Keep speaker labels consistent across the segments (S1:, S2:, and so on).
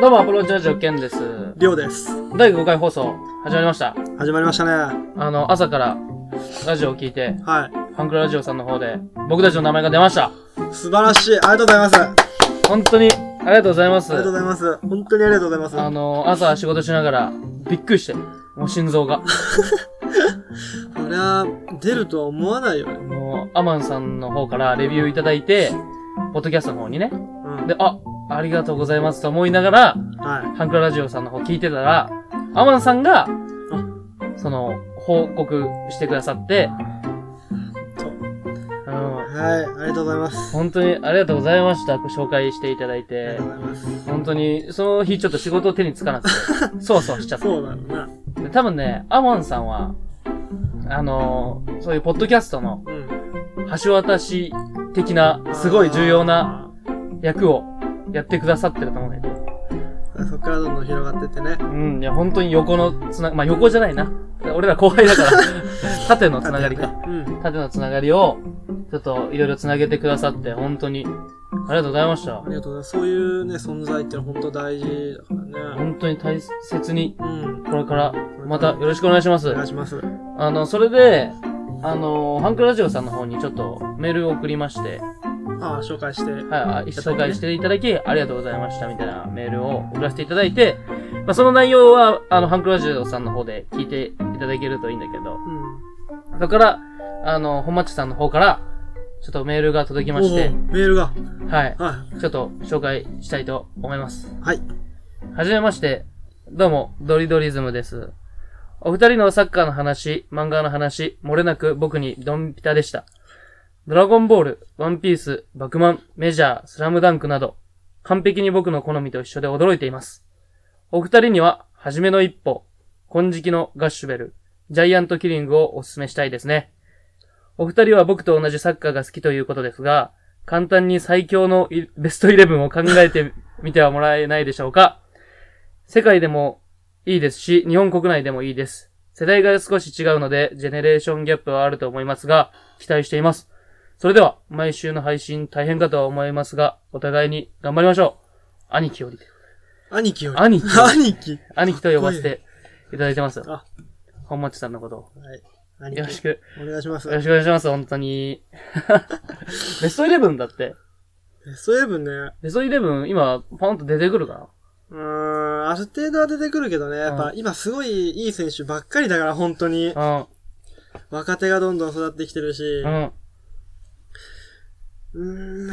S1: どうも、アプローチラジオ、ケンです。
S2: りょうです。
S1: 第5回放送、始まりました。
S2: 始まりましたね。
S1: あの、朝から、ラジオを聞いて、
S2: は
S1: フ
S2: い。
S1: ァンクララジオさんの方で、僕たちの名前が出ました。
S2: 素晴らしい。ありがとうございます。あ
S1: 本当に、ありがとうございます。
S2: りがとうございます。本当にありがとうございます。
S1: あの、朝仕事しながら、びっくりして、もう心臓が。
S2: これは、出るとは思わないよね。
S1: もう、アマンさんの方からレビューいただいて、ポッドキャストの方にね。
S2: うん。
S1: で、あ、ありがとうございますと思いながら、
S2: は
S1: ハンクララジオさんの方聞いてたら、アマンさんが
S2: あ、
S1: その、報告してくださって、
S2: そう
S1: うん、
S2: い。はい。ありがとうございます。
S1: 本当にありがとうございました。紹介していただい
S2: ありが
S1: て
S2: とう、ございます。
S1: 本当に、その日ちょっと仕事手につかなくて、そうそうしちゃった。
S2: そうだろうな。
S1: で多分ね、アマンさんは、あのーそういうポッドキャストの
S2: うん。
S1: 橋渡し的な、 すごい重要な役をやってくださってると思うんだよね。
S2: あー。そっからどんどん広がってってね。
S1: うん、いや、本当に横のつな、まあ、横じゃないな。俺ら後輩だから、縦のつながりか。
S2: うん。
S1: 縦のつながりを、ちょっといろいろつなげてくださって、本当に、ありがとうございました
S2: あ。りがとうございます。そういうね、存在ってのは本当大事だからね。
S1: 本当に大切に、
S2: うん。
S1: これから、またよろしくお願いしま
S2: お
S1: す
S2: 願い。します。は
S1: あの、それで、あの、ハンクラジオさんの方にちょっとメールを送りまして、
S2: あー、紹介して。は
S1: はい、紹介していただき、ありがとうございました、みたいなメールを送らせていただいて、まあ、その内容は、あの、ハンクラジオさんの方で聞いていただけるといいんだけど、
S2: う
S1: そ
S2: ん。
S1: こから、あの、本町さんの方から、ちょっとメールが届きまし
S2: お
S1: て
S2: ー、メールが。
S1: はい、
S2: は
S1: ちょっと紹介したいと思います。
S2: い。はい。
S1: はじめまして。どうも、ドリドリズムです。お二人のサッカーの話、漫画の話、漏れなく僕にドンピタでした。ドラゴンボール、ワンピース、バクマン、メジャー、スラムダンクなど、完璧に僕の好みと一緒で驚いています。お二人には、はじめの一歩、金色のガッシュベル、ジャイアントキリングをお勧めしたいですね。お二人は僕と同じサッカーが好きということですが、簡単に最強のイベストイレブンを考えてみてはもらえないでしょうか世界でもいいですし、日本国内でもいいです。世代が少し違うので、ジェネレーションギャップはあると思いますが、期待しています。それでは、毎週の配信大変かとは思いますが、お互いに頑張りましょう。兄貴より。
S2: 兄貴より。
S1: 兄貴
S2: 兄貴。
S1: 兄貴と呼ばせていただいてます。
S2: あ
S1: 本町さんのこと
S2: はい。
S1: を。
S2: 兄貴
S1: よろしく、
S2: お願いします
S1: よ。ろしくお願いします、本当に。 ベストイレブンだって。
S2: ベストイレブンね。
S1: ベストイレブン、今、ポンと出てくるか
S2: うーん、ある程度は出てくるけどね。やっ
S1: う
S2: ぱ今すごいいい選手ばっかりだから、本当に。
S1: な
S2: 若手がどんどん育ってきてるし
S1: う。ん。うん。
S2: う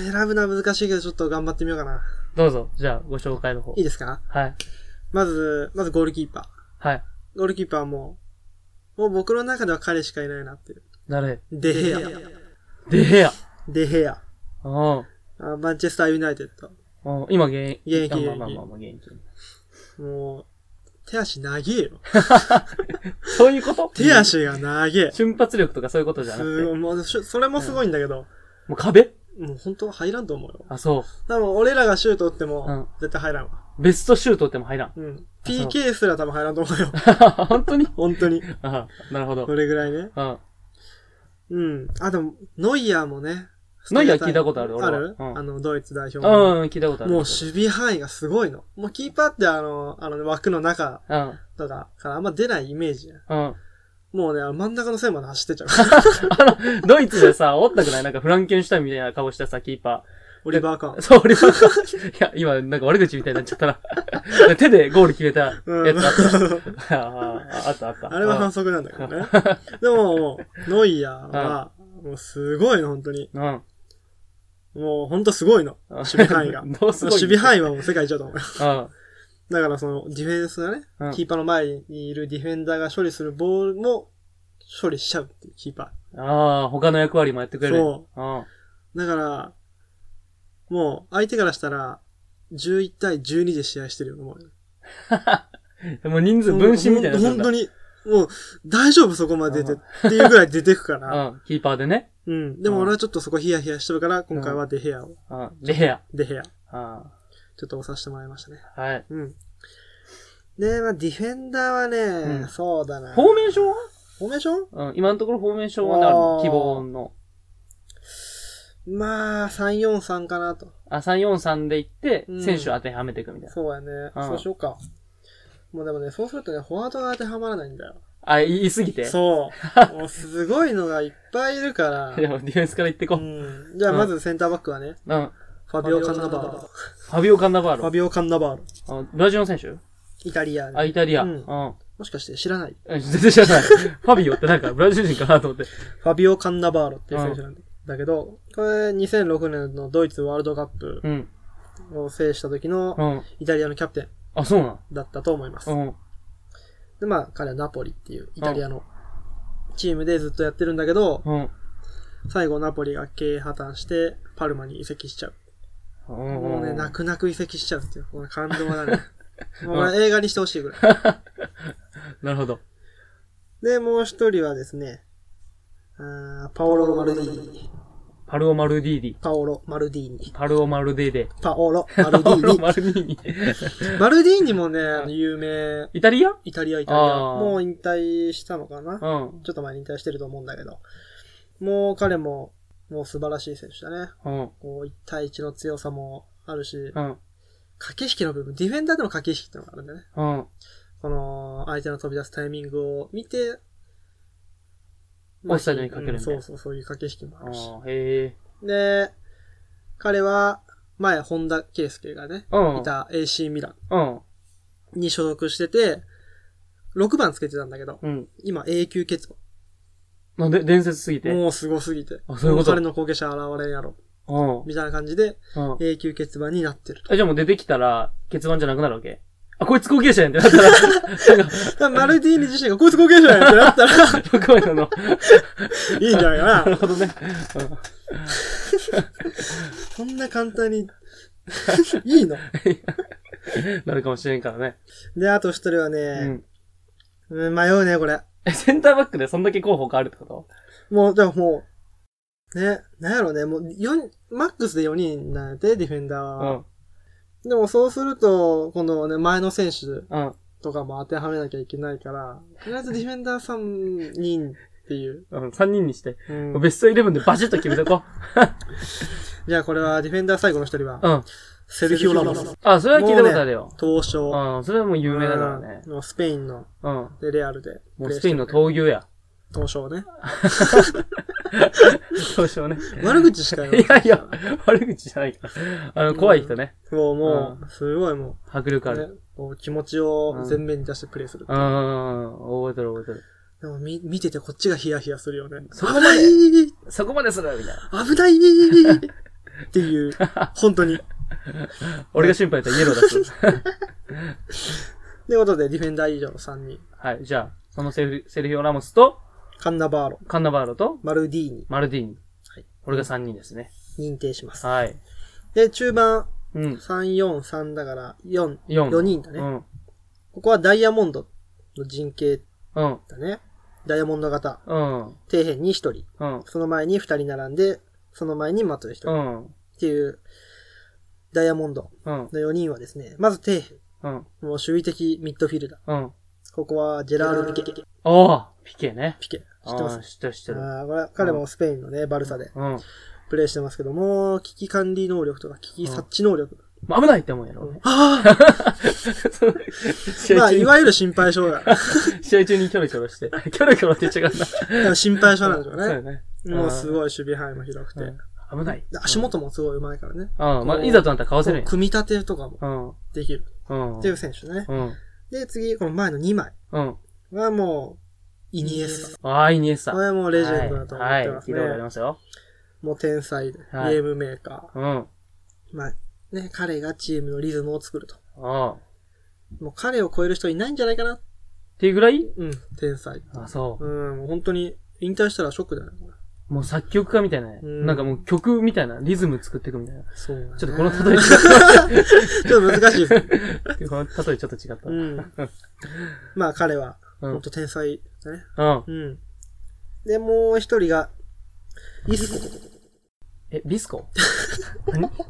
S2: ーん、選ぶのは難しいけど、ちょっと頑張ってみようかな。
S1: どうぞ、じゃあ、ご紹介の方
S2: い。いですか
S1: はい。
S2: まず、まずゴールキーパ
S1: はい。
S2: ー。ゴールキーパーはもう、もう僕の中では彼しかいないなっていう。
S1: 誰
S2: デヘア。
S1: でヘア。
S2: デヘア。
S1: うん。
S2: あマンチェスターユナイテッ
S1: うん今現役。
S2: 現役
S1: まあまあまあまあ現役。
S2: ド。もう、手足長えよ。
S1: そういうこと
S2: 手足 が長え。
S1: 瞬発力とかそういうことじゃな
S2: す
S1: くて。
S2: ごい、もう、しそれもすごいんだけど、
S1: もう壁
S2: もう本当は入らんと思うよ。
S1: あ、そ
S2: 多分俺らがシュート打って
S1: う
S2: も
S1: ん、
S2: 絶対入らんわ。
S1: う。ベストシュート打っても入らん。
S2: うん。
S1: そう
S2: PK すら多分入らんと思うよ。
S1: 本当に
S2: 本当に。
S1: あなるほど
S2: そ。れぐらいね。
S1: うん。
S2: うん。あ、でも、ノイヤーもね。
S1: ノイヤー聞いたことある
S2: あ
S1: 俺は
S2: る、
S1: うん
S2: あの、ドイツ代表
S1: う
S2: の。
S1: ん、聞いたことある。
S2: もう守備範囲がすごいの。もうキーパーってあの、あのね、枠の中
S1: うん。
S2: とかからあんま出ないイメージやん。
S1: うん。
S2: もうね、あの真ん中の線まで走ってっちゃう。
S1: ドイツでさ、おったくないなんかフランケンシュタインみたいな顔したさ、キーパ
S2: オリバーカン
S1: ー。。そう、俺は。いや、今、なんか悪口みたいになっちゃったな。手でゴール決めたや
S2: うん
S1: つあった。ああったあった。
S2: あれは反則なんだけどね。でももう、ノイヤーは、もうすごいの、本当に。
S1: うん。
S2: もう本当すごいの。守備範囲が。
S1: どうすごい
S2: 守備範囲はもう世界一だと思うよ。
S1: うん。
S2: だからその、ディフェンスがね、
S1: うん
S2: キーパーの前にいるディフェンダーが処理するボールも処理しちゃうっていうキーパ
S1: ああ、他の役割もやってくれる。。
S2: そう
S1: うん。
S2: ー。だから、もう相手からしたら、11対12で試合してるよ、もう。
S1: もう人数分身みたいなやつ
S2: ほ
S1: なんんだ。
S2: 本当に、もう、大丈夫そこまで出て、っていうぐらい出てくから。
S1: うん、キーパーでね。
S2: うん。でも俺はちょっとそこヒヤヒヤしてるから、今回はデヘアを、
S1: うん、レヘア。
S2: デヘア、ち
S1: うん
S2: ょっと押させてもらいましたね。
S1: はい。
S2: うん。で、まあディフェンダーはね、
S1: うん
S2: そうだな。
S1: フォーメーションは
S2: フォーメーション
S1: うん、今のところフォーメーションはねあるの
S2: あー
S1: 希望の。
S2: まあ、343かなと。
S1: あ、343で行って
S2: う、ん
S1: 選手を当てはめていくみたいな。
S2: そうやね。
S1: うん
S2: そうしようか。もうでもね、そうするとね、フォワードが当てはまらないんだよ。
S1: あ、言いすぎて。
S2: そう。もうすごいのがいっぱ いいるから。
S1: でもディフェンスから行ってこ
S2: う
S1: う。
S2: ん。じゃあまずセンターバックはね、
S1: うん。
S2: ファビオ・カンナバーロ。
S1: ファビオ・カンナバー
S2: ファ
S1: ロ。
S2: ビオ・カンナバーロ。
S1: あブラジルの選手
S2: イタリアね、
S1: あ、イタリア。う
S2: うん
S1: ん。
S2: もしかして知らない。
S1: え全然知らない。ファビオってなんかブラジル人かなと思って。
S2: ファビオ・カンナバーロっていう選手なんだけど、これ2006年のドイツワールドカップ
S1: うん。
S2: を制した時の
S1: うん。
S2: イタリアのキャプテン
S1: あ、そうなん。
S2: だったと思います。
S1: うん。
S2: で、まあ彼はナポリっていうイタリアのチームでずっとやってるんだけど、
S1: うん。
S2: 最後ナポリが経営破綻して、パルマに移籍しちゃう。
S1: うん
S2: もうね、泣く泣く移籍しちゃうっていう、この感動 はね。もうこ
S1: う
S2: れ映画にしてほしいぐらい。
S1: なるほど。
S2: で、もう一人はですね、あーパオロ・マルディーニ。
S1: パルオ・マルディーディ。
S2: パオロ・マルディーニ。
S1: パルオ・マルデーデ。
S2: パオロ・マ
S1: パ
S2: ルディ
S1: ルオ・
S2: ーニ。
S1: マルディーニ。
S2: マルディーニもね、あの有名、
S1: イタリアうん。
S2: イタリア、イタリア。
S1: あー
S2: もう引退したのかなち
S1: うん。
S2: ょっと前に引退してると思うんだけど。もう彼も、もう素晴らしい選手だね。
S1: うん。
S2: こう、1対1の強さもあるし、
S1: うん。
S2: 駆け引きの部分、ディフェンダーでの駆け引きってのがあるんだよね。
S1: うん。
S2: この、相手の飛び出すタイミングを見て、
S1: オフサイドにかける
S2: うん
S1: みたい
S2: そ
S1: な
S2: うそう、そういう駆け引きもあるし。
S1: あーへえ。
S2: で、彼は、前、本田圭佑がね、
S1: うん。
S2: いた AC ミラン
S1: うん。
S2: に所属してて、6番つけてたんだけど、
S1: うん。
S2: 今永久欠
S1: なんで、伝説すぎて。うん。
S2: もうすごすぎて。
S1: あそういうこと
S2: も彼の後継者現れんやろ。
S1: うん。
S2: みたいな感じで、永久欠番になってる と。
S1: え、じゃあもう出てきたら、結番じゃなくなるわけあ、こいつ後継者やんってなったら、なんか、
S2: だからマルディーニ自身がこいつ後継者やんってなった ら、
S1: 6枚なの。
S2: いいんじゃないか
S1: なる
S2: な。
S1: ほどね。
S2: そんな簡単に、 いいの。
S1: うん。なるかもしれんからね。
S2: で、あと一人は
S1: う
S2: ね、
S1: ん。
S2: うん迷うね、これ。
S1: え、センターバックでそんだけ候補があるってこと
S2: もう、でももう、ね、なんやろね、もう、四マックスで4人なんやて、ディフェンダー
S1: う
S2: は。
S1: ん。
S2: でもそうすると、今度ね、前の選手
S1: うん。
S2: とかも当てはめなきゃいけないから、とりあえずディフェンダー3人っていう。
S1: うん。3人にして。
S2: うん
S1: ベストイレブンでバシッと決めとこ
S2: じゃあこれはディフェンダー最後の一人は
S1: う。、うん。
S2: セルヒオ・ラモス。
S1: あ、それは聞いたことあるよ。
S2: 東証。
S1: うん。それはもう有名だからね。
S2: うん。もうスペインの、
S1: うん。
S2: でレアルで。
S1: もうスペインの
S2: 東
S1: 闘牛や。
S2: 東証ね。
S1: そうしようね。
S2: 悪口しかよ。
S1: いやいや、悪口じゃないから。あの、怖い人ね。
S2: もうも
S1: う
S2: う、すごいも
S1: 迫力あ
S2: う、
S1: る。
S2: ね、こう気持ちを前面に出してプレーする。
S1: うん。覚えてる覚えてる。
S2: でもみ見ててこっちがヒヤヒヤするよね。
S1: そ
S2: 危
S1: こまで
S2: ない
S1: そこまでするみたいな。
S2: 危ないっていう、本当に。
S1: 俺が心配だったらイエロー出す。
S2: ということで、ディフェンダー以上の3人。
S1: はい、じゃあ、そのセルセルヒオ・ラモスと、
S2: カンナバーロ、
S1: カンナバーロと、
S2: マルディーニ、
S1: マルディーニ。
S2: はい
S1: これが3人ですね。
S2: 認定します。
S1: はい。
S2: で、中盤、
S1: うん。
S2: 3、4、3だから、4、
S1: 4。
S2: 4人だね。
S1: うん。
S2: ここはダイヤモンドの陣形
S1: うん。
S2: だね。ダイヤモンド型。
S1: うん。
S2: 底辺に1人。
S1: うん。
S2: その前に2人並んで、その前に的で1
S1: う
S2: 人。っ
S1: ん。
S2: ていう、ダイヤモンド
S1: うん。
S2: の4人はですね、まず底辺。
S1: うん。
S2: もう守備的ミッドフィルダー。
S1: うん。
S2: ここはジェラール・ピケ。
S1: おーピケね。
S2: ピケ。知
S1: あ
S2: ってます
S1: ー知ってる知ってる。
S2: あーこれ彼もスペインのね、バルサで
S1: うん。
S2: プレイしてますけども、危機管理能力とか危機察知能力。
S1: まあ危ないって思うや ろ。
S2: あ あ
S1: 試
S2: ま
S1: 合
S2: あ、
S1: 中
S2: い
S1: に、
S2: わゆる心配性だ。
S1: 試合中にキョ ロキョロして。キョロキョロって言っちゃうからな。
S2: だから心配性なんでしょう
S1: そう
S2: ね
S1: よ。ね。
S2: もうすごい守備範囲も広くて。
S1: うん危ない。
S2: で足元もすごい上手いからね。
S1: うん。まあ、いざとなったらかわせるんや。
S2: 組み立てとかも
S1: うん。
S2: できる
S1: うん。
S2: っていう選手ね。
S1: うん。
S2: で、次、この前の2枚
S1: うん。
S2: はもう、イニエス
S1: ああ、イニエスタ
S2: タ。こ。れはもうレジェンドだと思
S1: は
S2: っ
S1: い
S2: て
S1: はい、
S2: ま
S1: 聞
S2: す
S1: い
S2: ね
S1: た。ことありますよ。
S2: もう天才で、ゲ
S1: はい
S2: ームメーカ
S1: うん。うん。
S2: ー。まあ、ね、彼がチームのリズムを作ると。もう彼を超える人いないんじゃないかな。
S1: っていうぐらい
S2: うん、天才。
S1: あ、そ
S2: うん、もう本当に、引退したらショックだよね。
S1: う。もう作曲家みたいなね。
S2: うん
S1: なんかもう曲みたいな、リズム作っていくみたいな。
S2: そう、ね。
S1: ちょっとこの例え違
S2: ちょっと難しいです。
S1: った。この例えちょっと違った。うん。
S2: うん。まあ彼は、
S1: うん
S2: 本当天才だね。
S1: うん。
S2: うん。で、もう一人が、イスコ。
S1: え、ビスコ
S2: なんかこ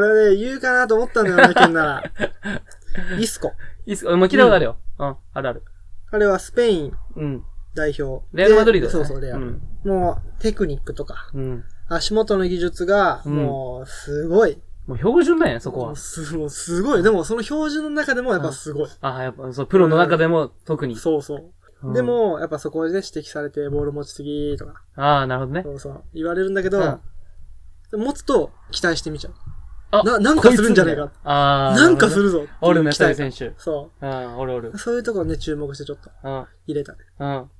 S2: れね、言うかなと思ったんだよな、県 なら。イスコ。
S1: イスコ、まあ、聞いたことあるよ。うん。あるある。
S2: 彼はスペイン
S1: うん。
S2: 代表。
S1: レアル・マドリード
S2: で
S1: だね
S2: そうそう、レア
S1: う
S2: ル。
S1: ん。
S2: もう、テクニックとか、
S1: うん。
S2: 足元の技術が、
S1: うん
S2: もう、すごい。
S1: もう標準なんや、そこ
S2: も
S1: は
S2: う。すもうすごい。でも、その標準の中でもやっぱすごい。
S1: あ、やっぱ、そう、プロの中でも特に。
S2: そうそう。
S1: うん
S2: で、も、やっぱそこで指摘されて、ボール持ちすぎとか、
S1: ああ、なるほどね。
S2: そうそう、言われるんだけど、
S1: うん
S2: でも持つと期待してみちゃう。
S1: あ
S2: ななんかするんじゃねえか
S1: こいつみたなああ。
S2: なんかす
S1: る
S2: るぞ
S1: ほどね。おるね、
S2: 期
S1: そういう
S2: 待感
S1: 選手。
S2: そ
S1: うん、おるおる
S2: う。。そういうところね、注目してちょっと
S1: うん、
S2: 入れたね。
S1: うん。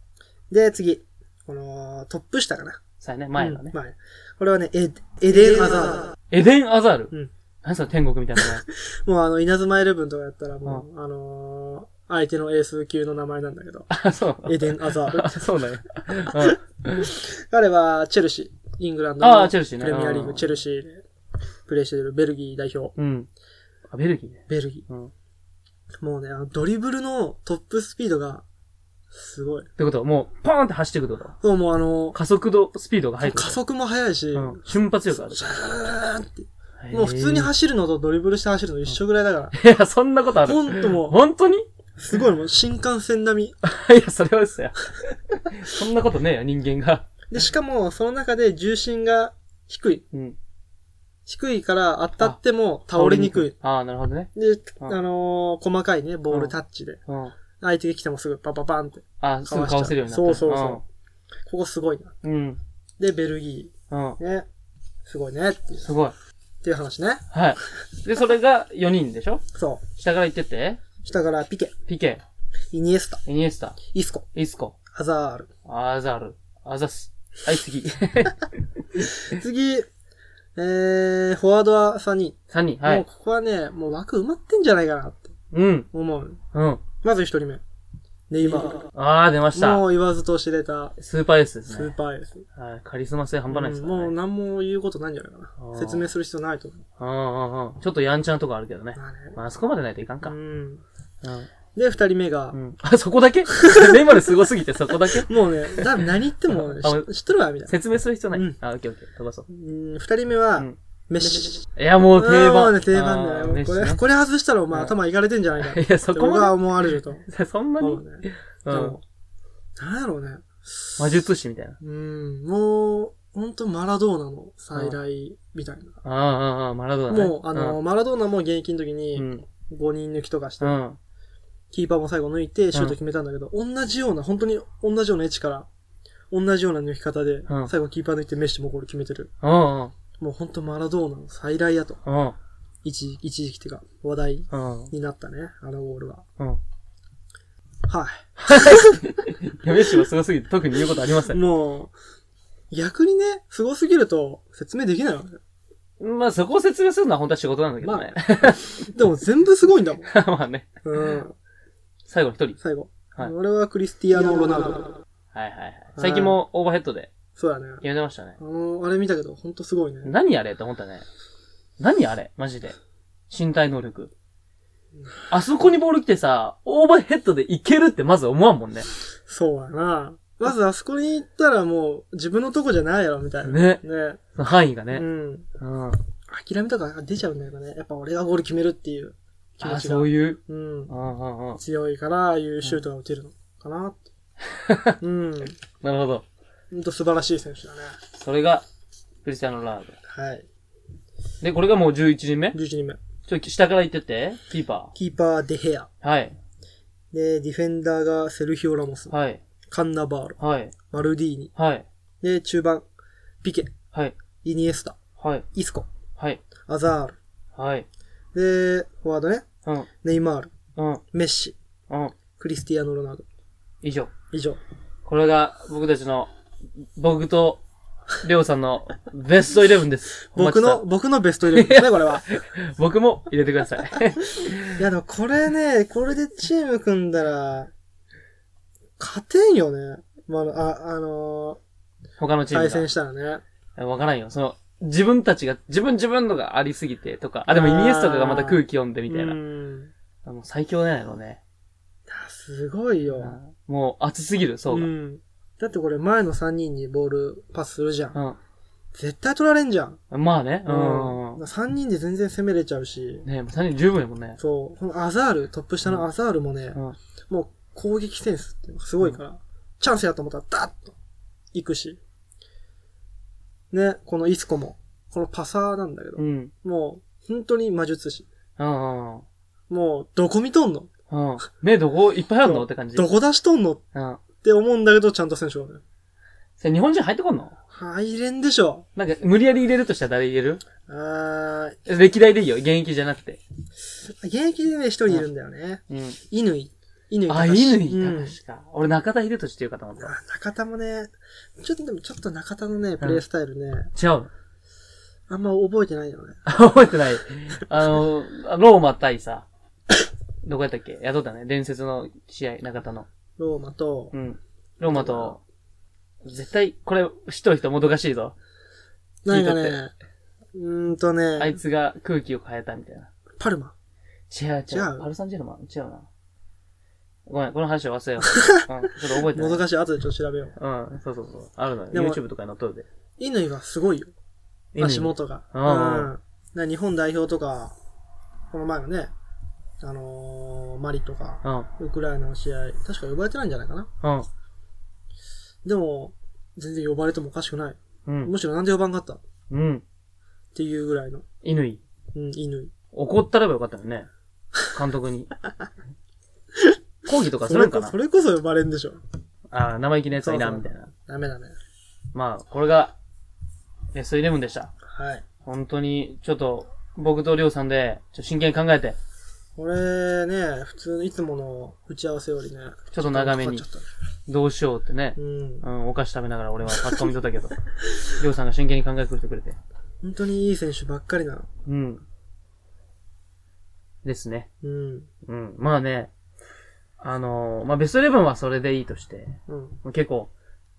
S2: で、次。この、トップ下かな。
S1: さあね、前のね
S2: うん。前。これはね、エエデン・アザード。
S1: エデン・アザール。
S2: うん
S1: 何その天国みたいな名 前。
S2: もうあの、稲妻イレブンとかやったら、もう、あのー相手のエース級の名前なんだけ ど、
S1: あ、そう。
S2: エデン・アザー
S1: あ、
S2: ル。
S1: そうだよ。
S2: 彼は、チェルシー、イングランド
S1: あ
S2: の
S1: あ、チ
S2: プ
S1: ェルシーね。
S2: レミアリー
S1: う
S2: グ、
S1: ん
S2: チェルシーでプレーしてるベルギー代表。
S1: うん。あ、ベルギーね。
S2: ベルギ
S1: うん。っ
S2: ー。もうね、あのドリブルのトップスピードが、すごい。
S1: てことは、もう、ポーンって走っていくってこと
S2: そう、もうあの、
S1: 加速度、スピードが入るってこ
S2: 加
S1: と。
S2: 速も速いし、
S1: うん。瞬発力ある
S2: ジ。ャーンって。もう普通に
S1: へ
S2: 走るのとドリブルして走るの一緒ぐらいだか
S1: えいや、そんなことあ
S2: ら。
S1: る。
S2: ほんとも、
S1: 本当にいう
S2: すごいもう新幹線並み。
S1: や、それは嘘 や。そんなことねえよ、人間が。
S2: で、しかも、その中で重心が低い。
S1: うん。
S2: 低いから当たっても倒れにくい。
S1: ああ、なるほどね。
S2: で、
S1: う
S2: あ
S1: ん
S2: のー細かいね、ボー
S1: うん
S2: ルタッチで。
S1: うん。
S2: 相手が来てもすぐパパパンって。
S1: あ、すぐ顔せるようになった。
S2: そうそうそここすごいな。
S1: う。うん。
S2: で、ベルギ
S1: うん。
S2: ー。ね。すごいねっていう。
S1: すごい。
S2: っていう話ね。
S1: はい。で、それが4人でしょ
S2: そ
S1: 下から行ってって。
S2: う。下からピケ、
S1: ピケ、
S2: イニエスタ、
S1: イニエスタ、
S2: イスコ、
S1: イスコ、
S2: アザール。
S1: アザール、アザス。はい、次。
S2: 次、えー、フォワードは3人。
S1: 3人。は
S2: もう
S1: い。
S2: ここはね、もう枠埋まってんじゃないかなって
S1: うん。
S2: 思う。
S1: うん。
S2: まず1人目。ネイマール。
S1: あー、出ました。
S2: もう言わずと知れた
S1: スーパーエースで
S2: ス
S1: すね
S2: ー。パーエース。
S1: はい。カリスマ性半端ないです
S2: うん
S1: から
S2: もう
S1: ね。
S2: 何も言うことないんじゃないか
S1: あー
S2: な。説明する必要ないと思う。
S1: うんうんうん。ちょっとやんちゃなとこあるけどね。
S2: まあね。
S1: まあ、あそこまでないといかん
S2: う
S1: か。うん。
S2: ん。で、二人目が
S1: う、ん。あ、そこだけ ネイマールすごすぎてそこだけ
S2: もうね、多分何言っても ね
S1: あ
S2: し知っとるわ、みたいな。
S1: 説明する必要ない。
S2: うん
S1: あ、オッケーオッケー。飛ばそう。
S2: うん二人目
S1: う
S2: は
S1: ん、
S2: メッシ。
S1: いや、もう定
S2: うんもう
S1: 番。
S2: ね、定番だ
S1: あ
S2: よ。
S1: ー
S2: も
S1: メ
S2: う
S1: ッシ
S2: こ
S1: ね
S2: れ、これ外したらお前
S1: うん
S2: 頭いかれてんじゃないか。
S1: いや、 そこ
S2: 僕は
S1: ま
S2: 思われると。
S1: で。 そんな
S2: そ
S1: に
S2: うね。で
S1: うん
S2: も。なんやろうね。
S1: 魔術師みたいな。
S2: うん、もう、ほんとマラドーナの再来みたいな。
S1: ああ、ああ、マラドーナね。
S2: もう、あの、マラドーナも現役の時
S1: うん、う
S2: に
S1: ん。
S2: 5人抜きとかして
S1: う、ん。
S2: キーパーも最後抜いてシュート決めたんだけど、同じような、本当に同じような位置から、同じような抜き方で
S1: うん、
S2: 最後キーパー抜いてメッシもゴール決めてる。
S1: うん。
S2: もう本当マラドーナの再来やと、
S1: うん。
S2: 一時一時期っていうか、話題
S1: うん。
S2: になったね、あのゴールは。
S1: うん。
S2: はい
S1: や、メッシはすごすぎて特に言うことありませ
S2: い。
S1: ん。
S2: もう、逆にね、凄すぎると説明できないわね。
S1: まあ、そこを説明するのは本当は仕事なんだけどね。
S2: でも全部すごいんだもん。
S1: まあね。
S2: うん。
S1: 最後の一人。
S2: 最後。
S1: はい
S2: 俺はクリスティアーノ・ロナウド。
S1: はいはいはい。最近もオーバーヘッドで
S2: そうだね。
S1: 決めてましたね
S2: あ。の、あれ見たけど、ほんとすごいね。
S1: 何あれと思ったね。何あれマジで。身体能力。あそこにボール来てさ、オーバーヘッドでいけるってまず思わんもんね。
S2: そうやな。まずあそこに行ったらもう自分のとこじゃないやろ、みたいな。
S1: ね
S2: ね。
S1: その範囲が
S2: う
S1: ね。
S2: ん。
S1: うん。あ
S2: 諦めとか出ちゃうんだよね。やっぱ俺がゴール決めるっていう気持
S1: あ、
S2: ちが。
S1: そういう。
S2: うん
S1: う。んうんうん。
S2: 強いから、ああいうシュートが打てるのかなって。 うん。
S1: なるほど。
S2: ほんと素晴らしい選手だね。
S1: それが、クリスティアーノ・ロナウド。
S2: はい。
S1: で、これがもう11人目
S2: 11人目。
S1: ちょ、下から行ってって。キーパ
S2: キーパー、デヘア。
S1: ー。はい。
S2: で、ディフェンダーがセルヒオ・ラモス。
S1: はい。
S2: カンナバール。
S1: はい。
S2: マルディーニ。
S1: はい。
S2: で、中盤、ピケ、
S1: はい。
S2: イニエスタ、
S1: はい。
S2: イスコ、
S1: はい。
S2: アザー
S1: はい。
S2: ル。で、フォワードね。
S1: うん。
S2: ネイマール、
S1: うん。
S2: メッシ、
S1: うん。
S2: クリスティアーノ・ロナウド。
S1: 以上。
S2: 以上。
S1: これが僕たちの、僕と、りょうさんのベストイレブン です。
S2: 僕の、
S1: お
S2: 僕のベストイレブンですね、これは。
S1: 待ちした、僕も入れてくだ さい。
S2: いや、でもこれね、これでチーム組んだら、勝てんよね。まあ、あ、あの
S1: 他の
S2: ー
S1: チー
S2: 対
S1: ム
S2: 戦したらね。
S1: が。わからんよ。その、自分たちが、自分自分のがありすぎてとか、あ、でもイニエスタとかまた空気読んでみたいうな。
S2: ん。
S1: もう最強なんやろうね。
S2: あすごいよ。
S1: もう熱すぎる、そうが。うん。
S2: ん。だってこれ前の3人にボールパスするじゃん。絶対取られんじゃん。
S1: まあね。うん。
S2: 3人で全然攻めれちゃうし。
S1: ねもう3人十分やもんね。
S2: そう。このアザール、トップ下のアザールもね、
S1: うん。
S2: もう攻撃センスっていうのがすごいから、チャンスやと思ったら、ダッと、行くし。ね、このイスコも、このパサーなんだけど、
S1: うん。
S2: もう、本当に魔術師。
S1: うん。うん
S2: もう、どこ見とんの
S1: うん。目どこいっぱいあるのって感じ。
S2: どこ出しとんのっ
S1: うん。
S2: て思うんだけど、ちゃんと選手はね。
S1: それ日本人入ってこんの
S2: 入れんでしょ。
S1: なんか、無理やり入れるとしたら誰入れる
S2: あー、
S1: 歴代でいいよ。現役じゃなくて。
S2: 現役でね、一人いるんだよね。
S1: うん。
S2: 犬井。犬井
S1: あ、
S2: 隆
S1: 犬い
S2: うん
S1: たか。俺、中田秀俊っていうかと思っ
S2: あ中田もね、ちょっとでもちょっと中田のね、プレイスタイルね、
S1: た。違うの。
S2: あんま覚えてないよね。
S1: あ覚えてない。 あの、ローマ対さ、どこやったっけ雇ったね。伝説の試合、中田の。
S2: ローマと
S1: う、ん。ローマと、絶対、これ、知っとる人もどかしいぞ。
S2: なんか
S1: 聞い
S2: ね、うーんと
S1: あい
S2: ね、
S1: つが空気を変えたみたいな。
S2: パルマ。
S1: 違う違
S2: 違う
S1: う。パルサンジェルマン違うな。ごめん、この話は忘れよう。うん、ちょっと覚えてな
S2: も
S1: い。
S2: どかしい、後でちょっと調べよう。
S1: うん、そうそうそう。あるのよ。
S2: でも
S1: YouTube とかに載っとるで。
S2: 乾はすごいよ。
S1: 犬
S2: 足元が。
S1: う
S2: うんん。な日本代表とか、この前のね、あのー、マリとか、
S1: うん。
S2: ウクライナの試合、確か呼ばれてないんじゃないかな。
S1: うん。
S2: でも、全然呼ばれてもおかしくない。
S1: うん。
S2: むしろなんで呼ばんかったっ
S1: うん。
S2: ていうぐらいの、
S1: 乾。
S2: うん、乾。
S1: 怒ったらばよかったよね。監督に。抗議とかするんかな
S2: それこそそれこそ呼ばれんでしょ。
S1: ああ、生意気なやつはいらん、
S2: そう
S1: み
S2: そ
S1: た
S2: う
S1: いな。
S2: ダメだね。
S1: まあ、これが、ベストイレブンでした。
S2: はい。
S1: 本当に、ちょっと、僕とりょうさんで、ちょっと真剣に考えて、
S2: これね、普通、いつもの打ち合わせよりね。
S1: ちょっと長めに
S2: ちょっとかかっ
S1: どうしようってね
S2: ちゃった。うん
S1: う。ん、お菓子食べながら俺は書き込みとったけ ど、りょうさんが真剣に考えてくれて。
S2: 本当にいい選手ばっかりなの。
S1: うん。ですね。
S2: うん。
S1: うん。まあね、あのーまあベストイレブンはそれでいいとして、
S2: うん。
S1: もう結構、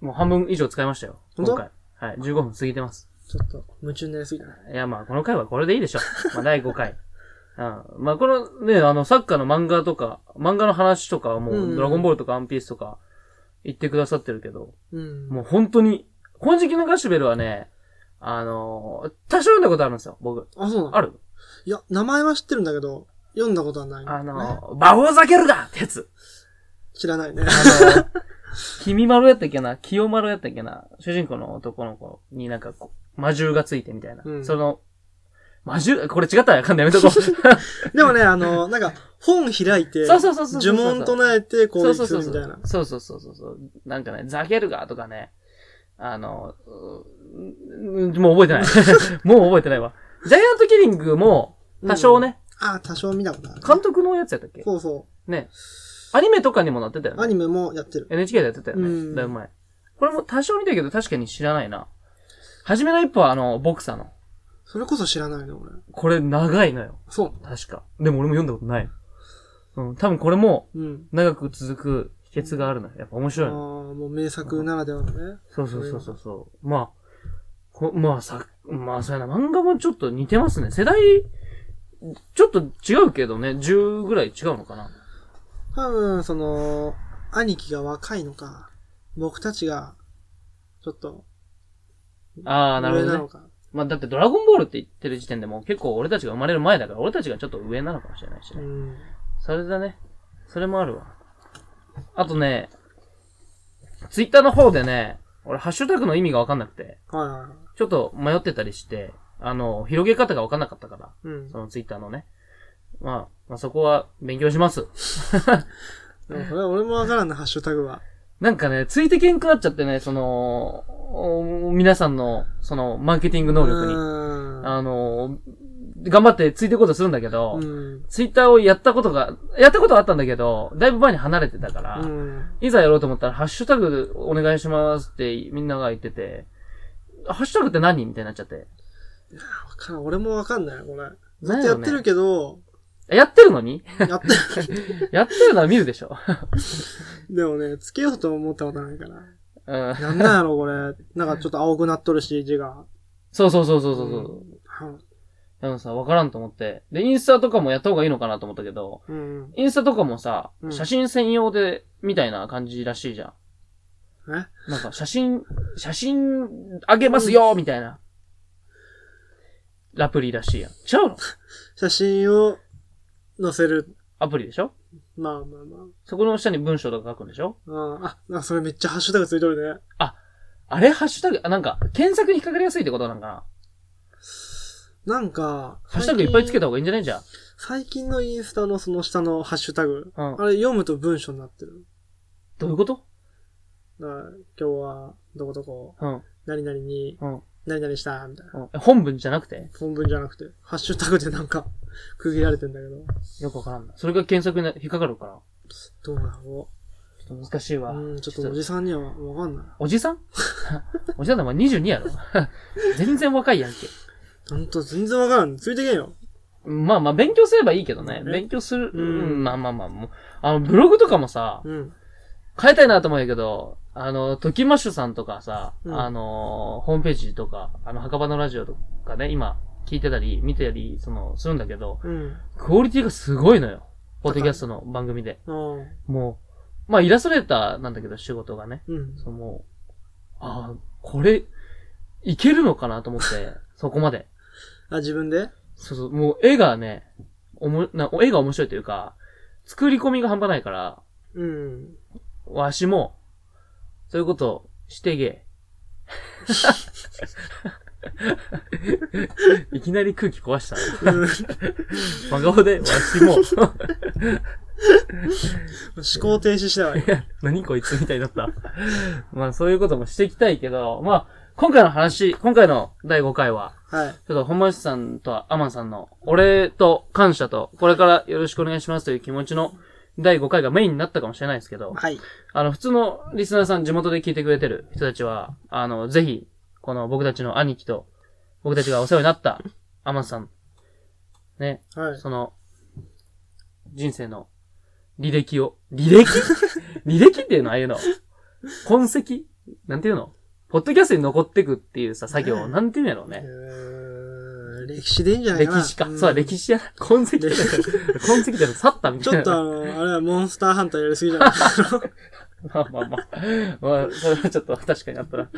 S1: もう半分以上使いましたよ。
S2: 本当
S1: 今回。はい、15分過ぎてます。
S2: ちょっと、夢中になりすぎたね。
S1: いや、まあ、この回はこれでいいでしょう。まあ、第5回。うん。まあ、このね、あの、サッカーの漫画とか、漫画の話とかはも
S2: うんうんう
S1: う、
S2: ん
S1: ドラゴンボールとかワンピースとか、言ってくださってるけど、
S2: うん。
S1: もう本当に、金色のガシュベルはね、あのー、多少読んだことあるんですよ、僕。
S2: あ、そうなの
S1: ある
S2: いや、名前は知ってるんだけど、読んだことはない、
S1: あのー、魔法ザケルだってやつ。
S2: 知らないね。
S1: あ のー、君丸やったっけな清丸やったっけな主人公の男の子になんかこう、魔獣がついてみたいな。
S2: うん
S1: その、魔獣これ違ったらあかんないやめ とこう。
S2: でもね、あの、なんか、本開いて、
S1: そうそうそうそうそう
S2: 呪文唱えて攻
S1: そうそ
S2: 撃
S1: う
S2: す
S1: そう
S2: る
S1: そ
S2: みたいな
S1: う。。そうそうそうそうそう。なんかね、ザゲルガーとかね、あの、ううんもう覚えてない。 もう覚えてないわ。ジャイアントキリングも、多少ね、
S2: あ、多少見たことある。
S1: 監督のやつやったっけ
S2: そうそ
S1: ね。アニメとかにもなってたよ
S2: う。アニ
S1: ね。
S2: メもやってる。
S1: NHK でやってたよ
S2: う
S1: ね。
S2: ん
S1: だいぶ前。これも多少見たけど確かに知らないな。初めの一歩はあの、ボクサーの。
S2: それこそ知らないの、俺。
S1: これ長いのよ。
S2: そ
S1: 確か。でも俺も読んだことない。うん、多分これも
S2: う。うん。
S1: 長く続く秘訣があるのよ。やっぱ面
S2: あ
S1: 白
S2: あ
S1: いの。
S2: ー、もう名作ならではのね。
S1: そうそうそうそうそう。まあ、こまあさ、まあそうやな、漫画もちょっと似てますね。世代、ちょっと違うけどね、10ぐらい違うのかな。
S2: 多分、その、兄貴が若いのか、僕たちが、ちょっと、
S1: ああ、なる
S2: 上
S1: ほ
S2: な
S1: ど
S2: の
S1: ね。
S2: か。
S1: まあだってドラゴンボールって言ってる時点でもう結構俺たちが生まれる前だから、俺たちがちょっと上なのかもしれないし
S2: う
S1: ね。
S2: ん。
S1: それだね。それもあるわ。あとね、ツイッターの方でね、俺ハッシュタグの意味がわかんなくて、
S2: はいはいはい。
S1: ちょっと迷ってたりして、あの、広げ方がわかんなかったから、
S2: うん
S1: そ。のツイッターのね。まあ、まあ、そこは勉強します。
S2: でもそれは俺もわからんな、ハッシュタグは。
S1: なんかね、ついてけんくなっちゃってね、その、お皆さんの、その、マーケティング能力
S2: う
S1: に。
S2: ーん
S1: あの、頑張ってついていこうとするんだけど、
S2: うん。
S1: ツイッターをやったことが、やったことはあったんだけど、だいぶ前に離れてたから、
S2: うん。
S1: いざやろうと思ったら、ハッシュタグお願いしますってみんなが言ってて、ハッシュタグって何みたいになっちゃって。
S2: わからん、俺もわかんない、これ。ず
S1: な
S2: っ
S1: ん
S2: と
S1: や
S2: や
S1: ろ
S2: っ
S1: ね
S2: てるけど、
S1: やってるのに
S2: やってる。
S1: やってるのは見るでしょ。
S2: でもね、つけようと思ったことないから。
S1: うん。
S2: なんなんやろ、これ。なんかちょっと青くなっとるし、字が。
S1: そうそうそうそうそうそう。
S2: はい
S1: でもさ、わからんと思って。で、インスタとかもやった方がいいのかなと思ったけど、
S2: うん。
S1: インスタとかもさ、
S2: うん
S1: 写真専用で、みたいな感じらしいじゃん。
S2: え
S1: なんか、写真、写真、あげますよみたいな。ラプリらしいやん。違うの
S2: 写真を載せる。
S1: アプリでしょ
S2: まあまあまあ。
S1: そこの下に文章とか書くんでしょ
S2: うん。あ、あそれめっちゃハッシュタグついとるね。
S1: あれハッシュタグ、あ、なんか、検索に引っかかりやすいってことなんかな
S2: なんか、
S1: ハッシュタグいっぱいつけ
S2: た。
S1: た方がいいんじゃないじゃ
S2: 最近のインスタのその下のハッシュタグ。
S1: あ。うん。
S2: あれ読むと文章になってる。
S1: どういうこと
S2: だから今日は、どこどこ、
S1: うん。
S2: 何々に、
S1: うん。
S2: 何々した、みたいな。
S1: うんえ本文じゃなくて
S2: 本文じゃなくて、ハッシュタグでなんか、 区切られてんだけど。
S1: よくわからんな。それが検索に引っかかるから。
S2: どうだろ。
S1: ちょっと難しいうわ。
S2: うん、ちょっとおじさんにはわかんない。
S1: おじさん おじさんだ、お前22やろ 全然若いやんけ。
S2: ほんと、全然わからん。ついてけんよ。
S1: まあまあ、勉強すればいいけどね。
S2: ね
S1: 勉強する。
S2: う
S1: うんん、まあまあまあ、もう。あの、ブログとかもさ、
S2: うん。
S1: 変えたいなと思うんやけど、あの、ときましゅさんとかさ、
S2: うん
S1: あの、ホームページとか、あの、墓場のラジオとかね、今、聞いてたり、見てたり、その、するんだけど、
S2: うん。
S1: クオリティがすごいのよ。ポッドキャストの番組で。
S2: うん。
S1: もう、まあ、イラストレーターなんだけど、仕事がね。
S2: うん。
S1: その、ああ、これ、いけるのかなと思って、 そこまで。
S2: あ、自分で
S1: そうそう、もう絵がね、おも、な、絵が面白いというか、作り込みが半端ないから、
S2: うん。
S1: わしも、そういうことしてげ。 いきなり空気壊したな。
S2: 思
S1: 真顔で、わしも、
S2: 考停止したわ。
S1: 何こいつみたいだった。まあそういうこともしていきたいけど、まあ、今回の話、今回の第5回は、
S2: はい。
S1: ちょっと、本町さんとはアマンさんの、お礼と感謝と、これからよろしくお願いしますという気持ちの第5回がメインになったかもしれないですけど、
S2: はい。
S1: あの、普通のリスナーさん、地元で聞いてくれてる人たちは、あの、ぜひ、この僕たちの兄貴と、僕たちがお世話になったアマンさん、ね、
S2: はい。
S1: その、人生の履歴を、履歴 履歴っていうのああいうの。痕跡なんていうのポッドキャストに残ってくっていうさ、作業、なんていうんやろうね
S2: え。ー歴史でいいんじゃない
S1: 歴
S2: かな。
S1: 史か。
S2: ん
S1: そうだ、歴史やな。痕跡だよ。痕跡だよ。去ったみ
S2: ち
S1: たい
S2: ょ
S1: な。
S2: っとあの、あれはモンスターハンターやりすぎじゃない
S1: まあまあまあ。まあ、それはちょっと確かにあったな。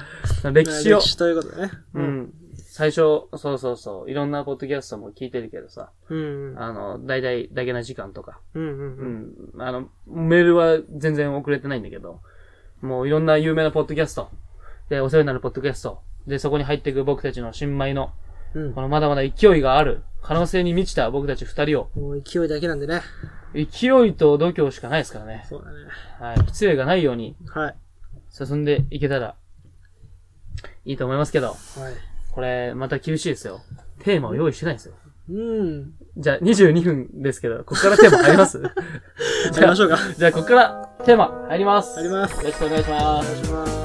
S1: 歴 史を
S2: 歴。史ということでね。
S1: う。ん。最初、そうそうそう。いろんなポッドキャストも聞いてるけどさ。
S2: うん。
S1: あの、だいたいだけな時間とか。
S2: うん。うん
S1: う
S2: うん。
S1: ん。あの、メールは全然遅れてないんだけど。もういろんな有名なポッドキャスト。で、お世話になるポッドキャスト。で、そこに入っていく僕たちの新米の、
S2: うん
S1: こ。のまだまだ勢いがある、可能性に満ちた僕たち二人を、
S2: もう勢いだけなんでね。
S1: 勢いと度胸しかないですからね。
S2: そうだね。
S1: はい、失礼がないように
S2: はい。
S1: 進んでいけたらいいと思いますけど、
S2: はい。
S1: これまた厳しいですよ。テーマを用意してないんですよ。
S2: うん。
S1: じゃあ22分ですけど、こっからテーマ入ります
S2: やりましょうか。
S1: じゃあこっからテーマ入ります。
S2: 入ります
S1: よろしくお願いしま
S2: お
S1: す。
S2: 願いします。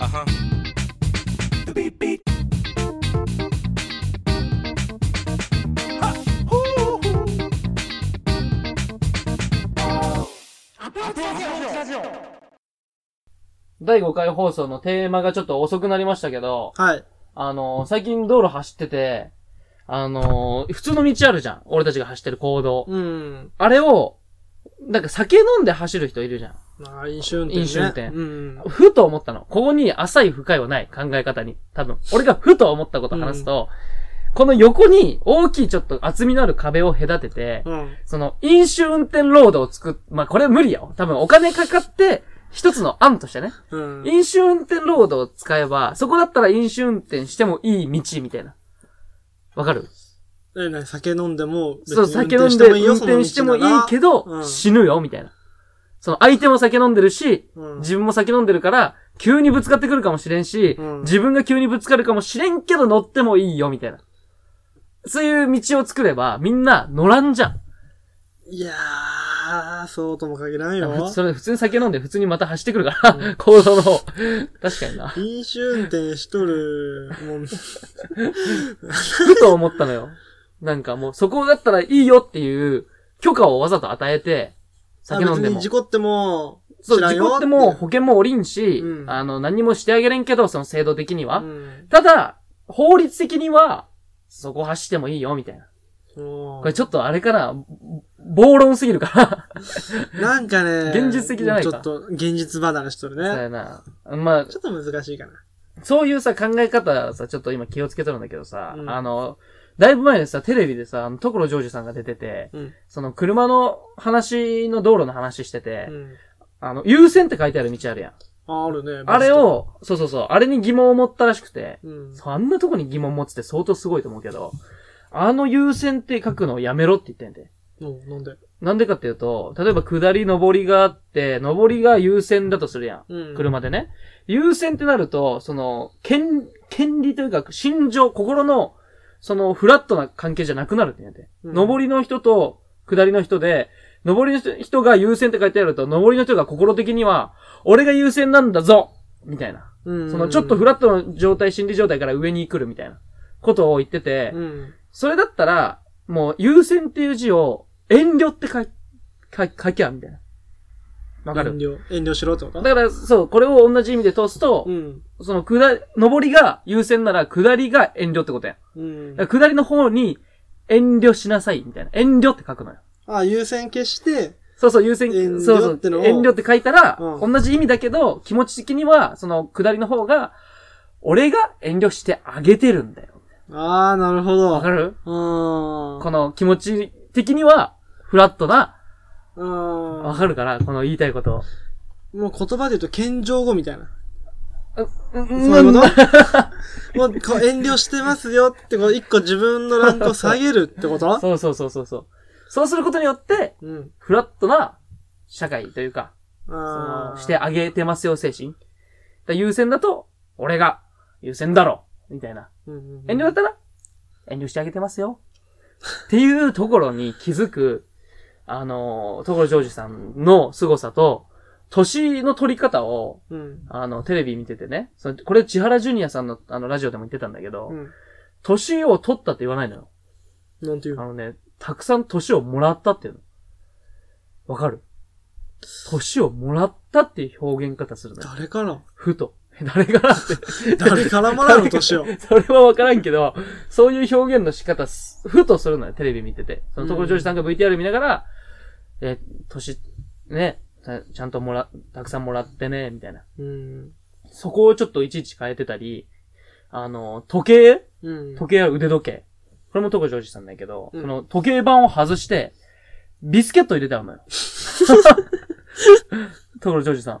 S3: Uh-huh. Beep beep. Ha!
S1: 第5回放送のテーマがちょっと遅くなりましたけど、
S2: はい。
S1: あのー最近道路走ってて、あのー普通の道あるじゃん。俺たちが走ってる行動。
S2: うん。
S1: あれを、なんか酒飲んで走る人いるじゃん。
S2: まあ、飲酒運転、ね。
S1: 飲酒運転
S2: うん。
S1: ふと思ったの。ここに浅い深いはない考え方に。多分。俺がふと思ったことを話すと、この横に大きいちょっと厚みのある壁を隔てて、
S2: うん。
S1: その飲酒運転ロードを作っ、まあ、これは無理よ。多分お金かかって、一つの案としてね。
S2: うん。
S1: 飲酒運転ロードを使えば、そこだったら飲酒運転してもいい道みたいな。わかる
S2: え、なに酒飲んでも、
S1: そう、酒飲んで運転してもいいけど、
S2: うん
S1: 死ぬよ、みたいな。その相手も酒飲んでるし、
S2: うん
S1: 自分も酒飲んでるから、急にぶつかってくるかもしれんし、
S2: うん
S1: 自分が急にぶつかるかもしれんけど乗ってもいいよ、みたいな。そういう道を作れば、みんな乗らんじゃん。
S2: ど。いやー、そうとも限らんよ。
S1: 普通それ普通に酒飲んで、普通にまた走ってくるから、 行動の方。確かにな。
S2: 飲酒運転しとる、もん。
S1: ふと思ったのよ。なんかもう、そこだったらいいよっていう、許可をわざと与えて、酒飲んで
S2: あ別
S1: も
S2: に。事故っても、
S1: そう、
S2: 知らん
S1: 事
S2: よ
S1: 故ってもう保険もおりんし、
S2: うん
S1: あの、何もしてあげれんけど、その制度的には。
S2: うん。
S1: ただ、法律的には、そこ走ってもいいよ、みたいな。
S2: こ
S1: これちょっとあれかな、暴論すぎるから。
S2: なんかね、
S1: 現実的じゃないか
S2: ちょっと、現実離れしとる
S1: そう
S2: ね。
S1: やな。まあ
S2: ち、ょっと難しいかな。
S1: そういうさ、考え方さ、ちょっと今気をつけとるんだけどさ、
S2: うん
S1: あの、だいぶ前にさ、テレビでさ、あの、所ジョージさんが出てて、
S2: うん。
S1: その車の話の道路の話してて、
S2: うん。
S1: あの、優先って書いてある道あるやん。
S2: あ、あるね。
S1: あれ。を、そうそうそう、あれに疑問を持ったらしくて、
S2: うん。
S1: あんなとこに疑問持つって相当すごいと思うけど、あの優先って書くのをやめろって言ってんで。
S2: もう、なんで。
S1: なんでかっていうと、例えば下り上りがあって、上りが優先だとするやん。
S2: うん。
S1: 車でね。優先ってなると、その、権、権利というか、心情、心の、その、フラットな関係じゃなくなるって言うんで。
S2: うん
S1: 上りの人と、下りの人で、上りの人人が優先って書いてあると、上りの人が心的には、俺が優先なんだぞみたいな。
S2: うん。
S1: その、ちょっとフラットな状態、心理状態から上に来るみたいな、ことを言ってて、
S2: うん。
S1: それだったら、もう、優先っていう字を、遠慮って書い、書書きゃ、みたいな。わか
S2: 遠
S1: る
S2: 慮、遠慮しろってこと
S1: だから、そう、これを同じ意味で通すと、
S2: うん。
S1: その、下り、上りが優先なら、下りが遠慮ってことや。
S2: うん。
S1: だから下りの方に、遠慮しなさい、みたいな。遠慮って書くのよ。
S2: あ、優先消して、
S1: そうそう、優先、
S2: 遠慮
S1: そうそう
S2: ってのを
S1: 遠慮って書いたら、
S2: うん
S1: 同じ意味だけど、気持ち的には、その、下りの方が、俺が遠慮してあげてるんだよ。
S2: ああ、なるほ
S1: わ
S2: ど。
S1: かる
S2: うーん。
S1: この気持ち的には、フラットな、
S2: う
S1: わ
S2: ん。
S1: かるから、この言いたいこと。
S2: もう言葉で言うと、謙譲語みたいな。
S1: う
S2: そういうこ
S1: ん
S2: と もうこう遠慮してますよって、こう一個自分のランクを下げるってこと
S1: そうそうそうそうそう。そうすることによって、
S2: うん。
S1: フラットな社会というか、そ
S2: あ
S1: の
S2: あ。
S1: してあげてますよ精神。だから優先だと、俺が優先だろみたいな。
S2: うんうんうん、
S1: 遠慮だったら、遠慮してあげてますよ。っていうところに気づく、あの、ところジョージさんの凄さと、年の取り方を、
S2: うん。
S1: あの、テレビ見ててね、そのこれ千原ジュニアさんのあのラジオでも言ってたんだけど、
S2: うん。
S1: 年を取ったって言わないのよ。
S2: なんてい
S1: あ
S2: う。
S1: のね、たくさん年をもらったっていうの。わかる年をもらったっていう表現方するのよ。
S2: 誰から
S1: ふと。 誰からって。
S2: 誰からもらうの年を。
S1: それはわからんけど、そういう表現の仕方す、ふとするのよ、テレビ見てて。その所ジョージさんが VTR 見ながら、え、年、ね、たちゃんともら、たくさんもらってね、みたいな。
S2: うん。
S1: そこをちょっといちいち変えてたり、あの、時計
S2: うん。
S1: 時計は腕時計。これも所ジョージさんだけど、
S2: うん
S1: その時計盤を外して、ビスケット入れた のよ。所ジョージさん。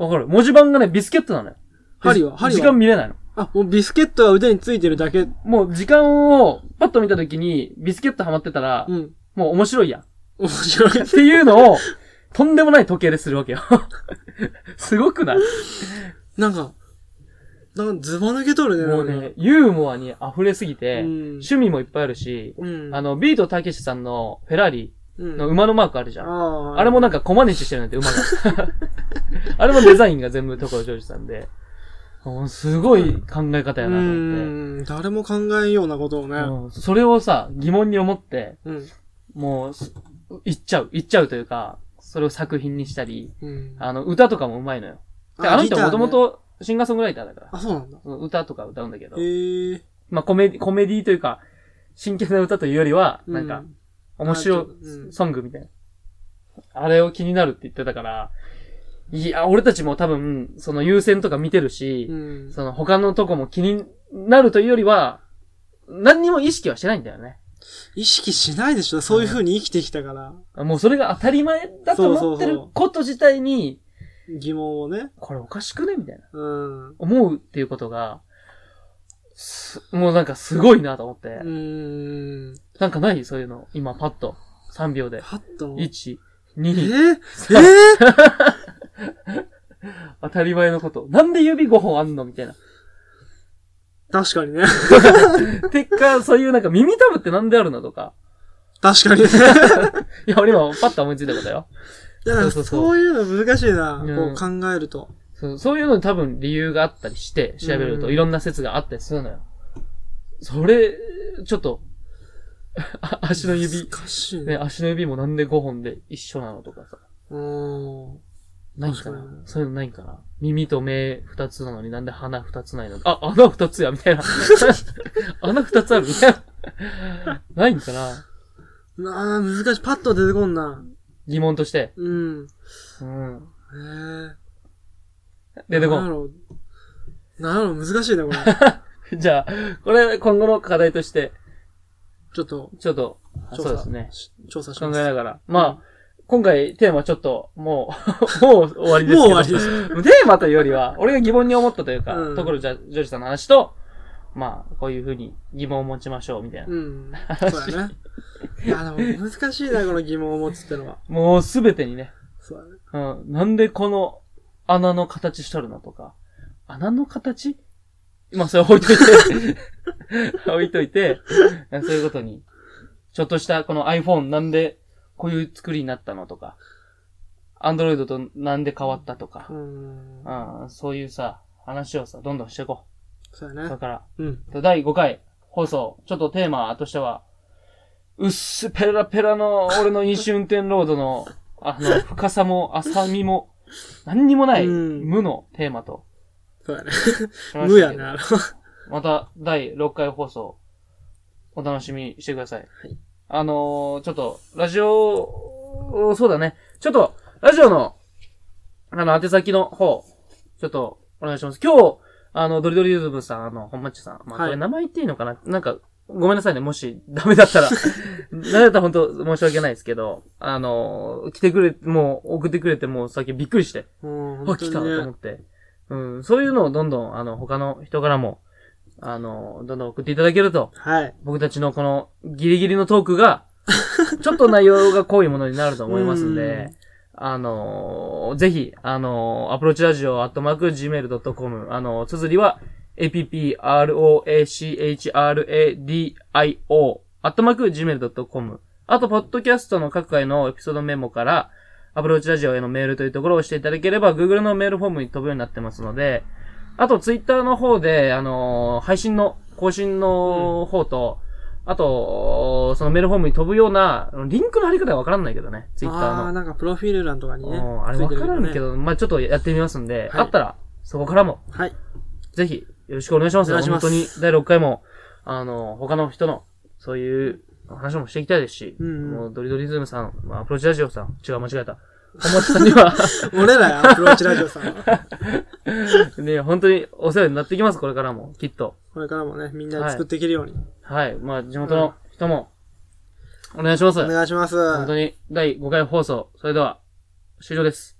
S1: わかる文字盤がね、ビスケットなのよ。
S2: 針は針は
S1: 時間見れないの。
S2: あ、もうビスケットは腕についてるだけ。
S1: もう時間をパッと見たときにビスケットハマってたら、
S2: うん。
S1: もう面白いやん。っ
S2: 面白い。
S1: ていうのを、とんでもない時計でするわけよ。 すごくない
S2: なんか、なんかずば抜けとるね。
S1: もう
S2: なんか
S1: ね、ユーモアに溢れすぎて、
S2: うん
S1: 趣味もいっぱいあるし、
S2: うん。
S1: あの、ビートたけしさんのフェラーリ
S2: うん、
S1: の馬のマークあるじゃん。
S2: あー
S1: あれもなんかコマネチしてるんだって、馬が。 あれもデザインが全部所ジョージさんで。もうすごい考え方やなと思って。
S2: うん。誰も考えんようなことをね。
S1: うんそれをさ、疑問に思って、
S2: うん。
S1: もう、す言っちゃう。言っちゃうというか、それを作品にしたり、
S2: うん。
S1: あの、歌とかも上手いのよ。であの人
S2: ギター
S1: も
S2: ね
S1: ともとシンガーソングライターだから、
S2: あ、そうなんだ。
S1: その歌とか歌うんだけど、
S2: へえ。
S1: まあコメディ、コメディというか、真剣な歌というよりは、なんか、面
S2: あ
S1: 白
S2: ちょうん
S1: いソングみたいな。あれを気になるって言ってたから、いや、俺たちも多分、その優先とか見てるし
S2: う、ん。
S1: その他のとこも気になるというよりは、何にも意識はしてないんだよね。
S2: 意識しないでしょそういう風に生きてきたから。
S1: もうそれが当たり前だと思ってること自体に、
S2: 疑問をね。
S1: これおかしくねみたいな。
S2: うん。う
S1: 思うっていうことが、すもうなんかすごいなと思って。
S2: ーん。
S1: なんかないそういうの。今パッと。3秒で。
S2: パッと。
S1: 1、
S2: え
S1: 2、
S2: ー、え
S1: 3
S2: ー、
S1: 当たり前のこと。なんで指5本あんのみたいな。
S2: 確かにね。
S1: てっか、そういうなんか耳たぶってなんであるのとか。
S2: 確か にね。
S1: いや、俺今パッと思いついたことよ。
S2: いや、なんか
S1: そうそうそう
S2: そういうの難しいな。
S1: うん
S2: こう考えると。
S1: そうそういうのに多分理由があったりして、調べる
S2: う
S1: と
S2: ん
S1: いろんな説があったりするのよ。それ、ちょっと、あ足の指、
S2: 難しい
S1: ね、
S2: ね。
S1: 足の指もなんで5本で一緒なのとかさ。
S2: うーん。
S1: ないんか
S2: 確か
S1: なそういうのないんかな耳と目二つなのになんで鼻二つないのあ、穴二 つやみたいな。穴二つあるみたいな。ないんかな
S2: なあ、難しい。パッと出てこんな。
S1: 疑問として。
S2: うん。ね
S1: うん。
S2: え
S1: 出てこ
S2: なんや
S1: ん。
S2: ろ。なんやろ、難しいね、これ。
S1: じゃあ、これ今後の課題として、
S2: ちょっと、
S1: ちょっと、 あ
S2: 調
S1: そうで
S2: 査
S1: すね。
S2: し調査し
S1: 考え
S2: ます。
S1: ながら。まあ、今回テーマちょっと、もう、 もう終わりですけど。
S2: もう終わりです。
S1: テーマというよりは、俺が疑問に思ったというか、
S2: うん
S1: ところじゃ、ジョージさんの話と、まあ、こういうふうに疑問を持ちましょう、みたいな。
S2: うん。そ うだね。いや、でも難しいな、この疑問を持つってのは。
S1: もうすべてにね、
S2: そうだね。
S1: うん、なんでこの穴の形しとるのとか、穴の形まあ、それ置いといて、 置いといて、そういうことに、ちょっとしたこの iPhone なんでこういう作りになったのとか、Android となんで変わったとか
S2: う、ん。
S1: うん、そういうさ、話をさ、どんどんしていこ
S2: そう
S1: う。
S2: だ
S1: だ
S2: ね。
S1: から、
S2: うん。
S1: 第5回放送、ちょっとテーマとしては、うっすペラペラの俺の飲酒運転ロードの、あ の、深さも浅みも、何にもない、
S2: うん
S1: 無のテーマと。
S2: そうだね。無やね、。あの。
S1: また第6回放送、お楽しみにしてください。あのー、ちょっと、ラジオ、そうだね。ちょっと、ラジオの、あの、宛先の方、ちょっと、お願いします。今日、あの、ドリドリズムさん、あの、本町さん、まあ、
S2: はい
S1: これ名前言っていいのかな、なんか、ごめんなさいね、もし、ダメだった ら。ダメだったら本当申し訳ないですけど、あのー、来てくれ、もう、送ってくれて、もう、さっきびっくりして。
S2: うん、
S1: あ、
S2: 本当
S1: 来
S2: に
S1: たと思
S2: ね。
S1: って。うん、そういうのをどんどん、あの、他の人からも、あの、どんどん送っていただけると、
S2: はい。
S1: 僕たちのこのギリギリのトーク が、ちょっと内容が濃いものになると思いますんで
S2: うん、
S1: あの、ぜひ、あの、アプローチラジオ、アットマーク、gmail.com、あの、綴りは、approachradio、アットマーク、gmail.com。あと、ポッドキャストの各回のエピソードメモから、アプローチラジオへのメールというところを押していただければ、Google のメールフォームに飛ぶようになってますので、あと、ツイッターの方で、あのー配信の、更新の方と、あと、そのメールフォームに飛ぶような、リンクの貼り方がわからんないけどね、ツイッタ
S2: ああ
S1: ー
S2: ー、
S1: の。
S2: なんかプロフィール欄とかにね
S1: うん。あれ
S2: つい
S1: わ
S2: て
S1: か
S2: る
S1: らん
S2: ね
S1: け。ど、まあちょっとやってみますんで、
S2: はい
S1: あったら、そこからも、
S2: はい。
S1: ぜひ、よろしくお願いします。
S2: お願いしま
S1: 本
S2: す
S1: 当に、第6回も、あの、他の人の、そういう話もしていきたいですし、
S2: うんうん
S1: もうドリドリズムさん、まあアプローチラジオさん、違う、間違えた。本町さんに は、
S2: 俺らや、アプローチラジオさん は。
S1: ね、本当にお世話になってきます、これからも、きっと。
S2: これからもね、みんなで作っていけるように。
S1: はい。まあ、地元の人も、お願いします。
S2: お願いします。
S1: 本当に、第5回放送、それでは、終了です。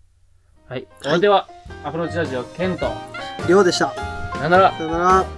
S1: はい。お相手は、アプローチラジオ、ケント、
S2: りょうでした。
S1: さよなら。
S2: さよなら。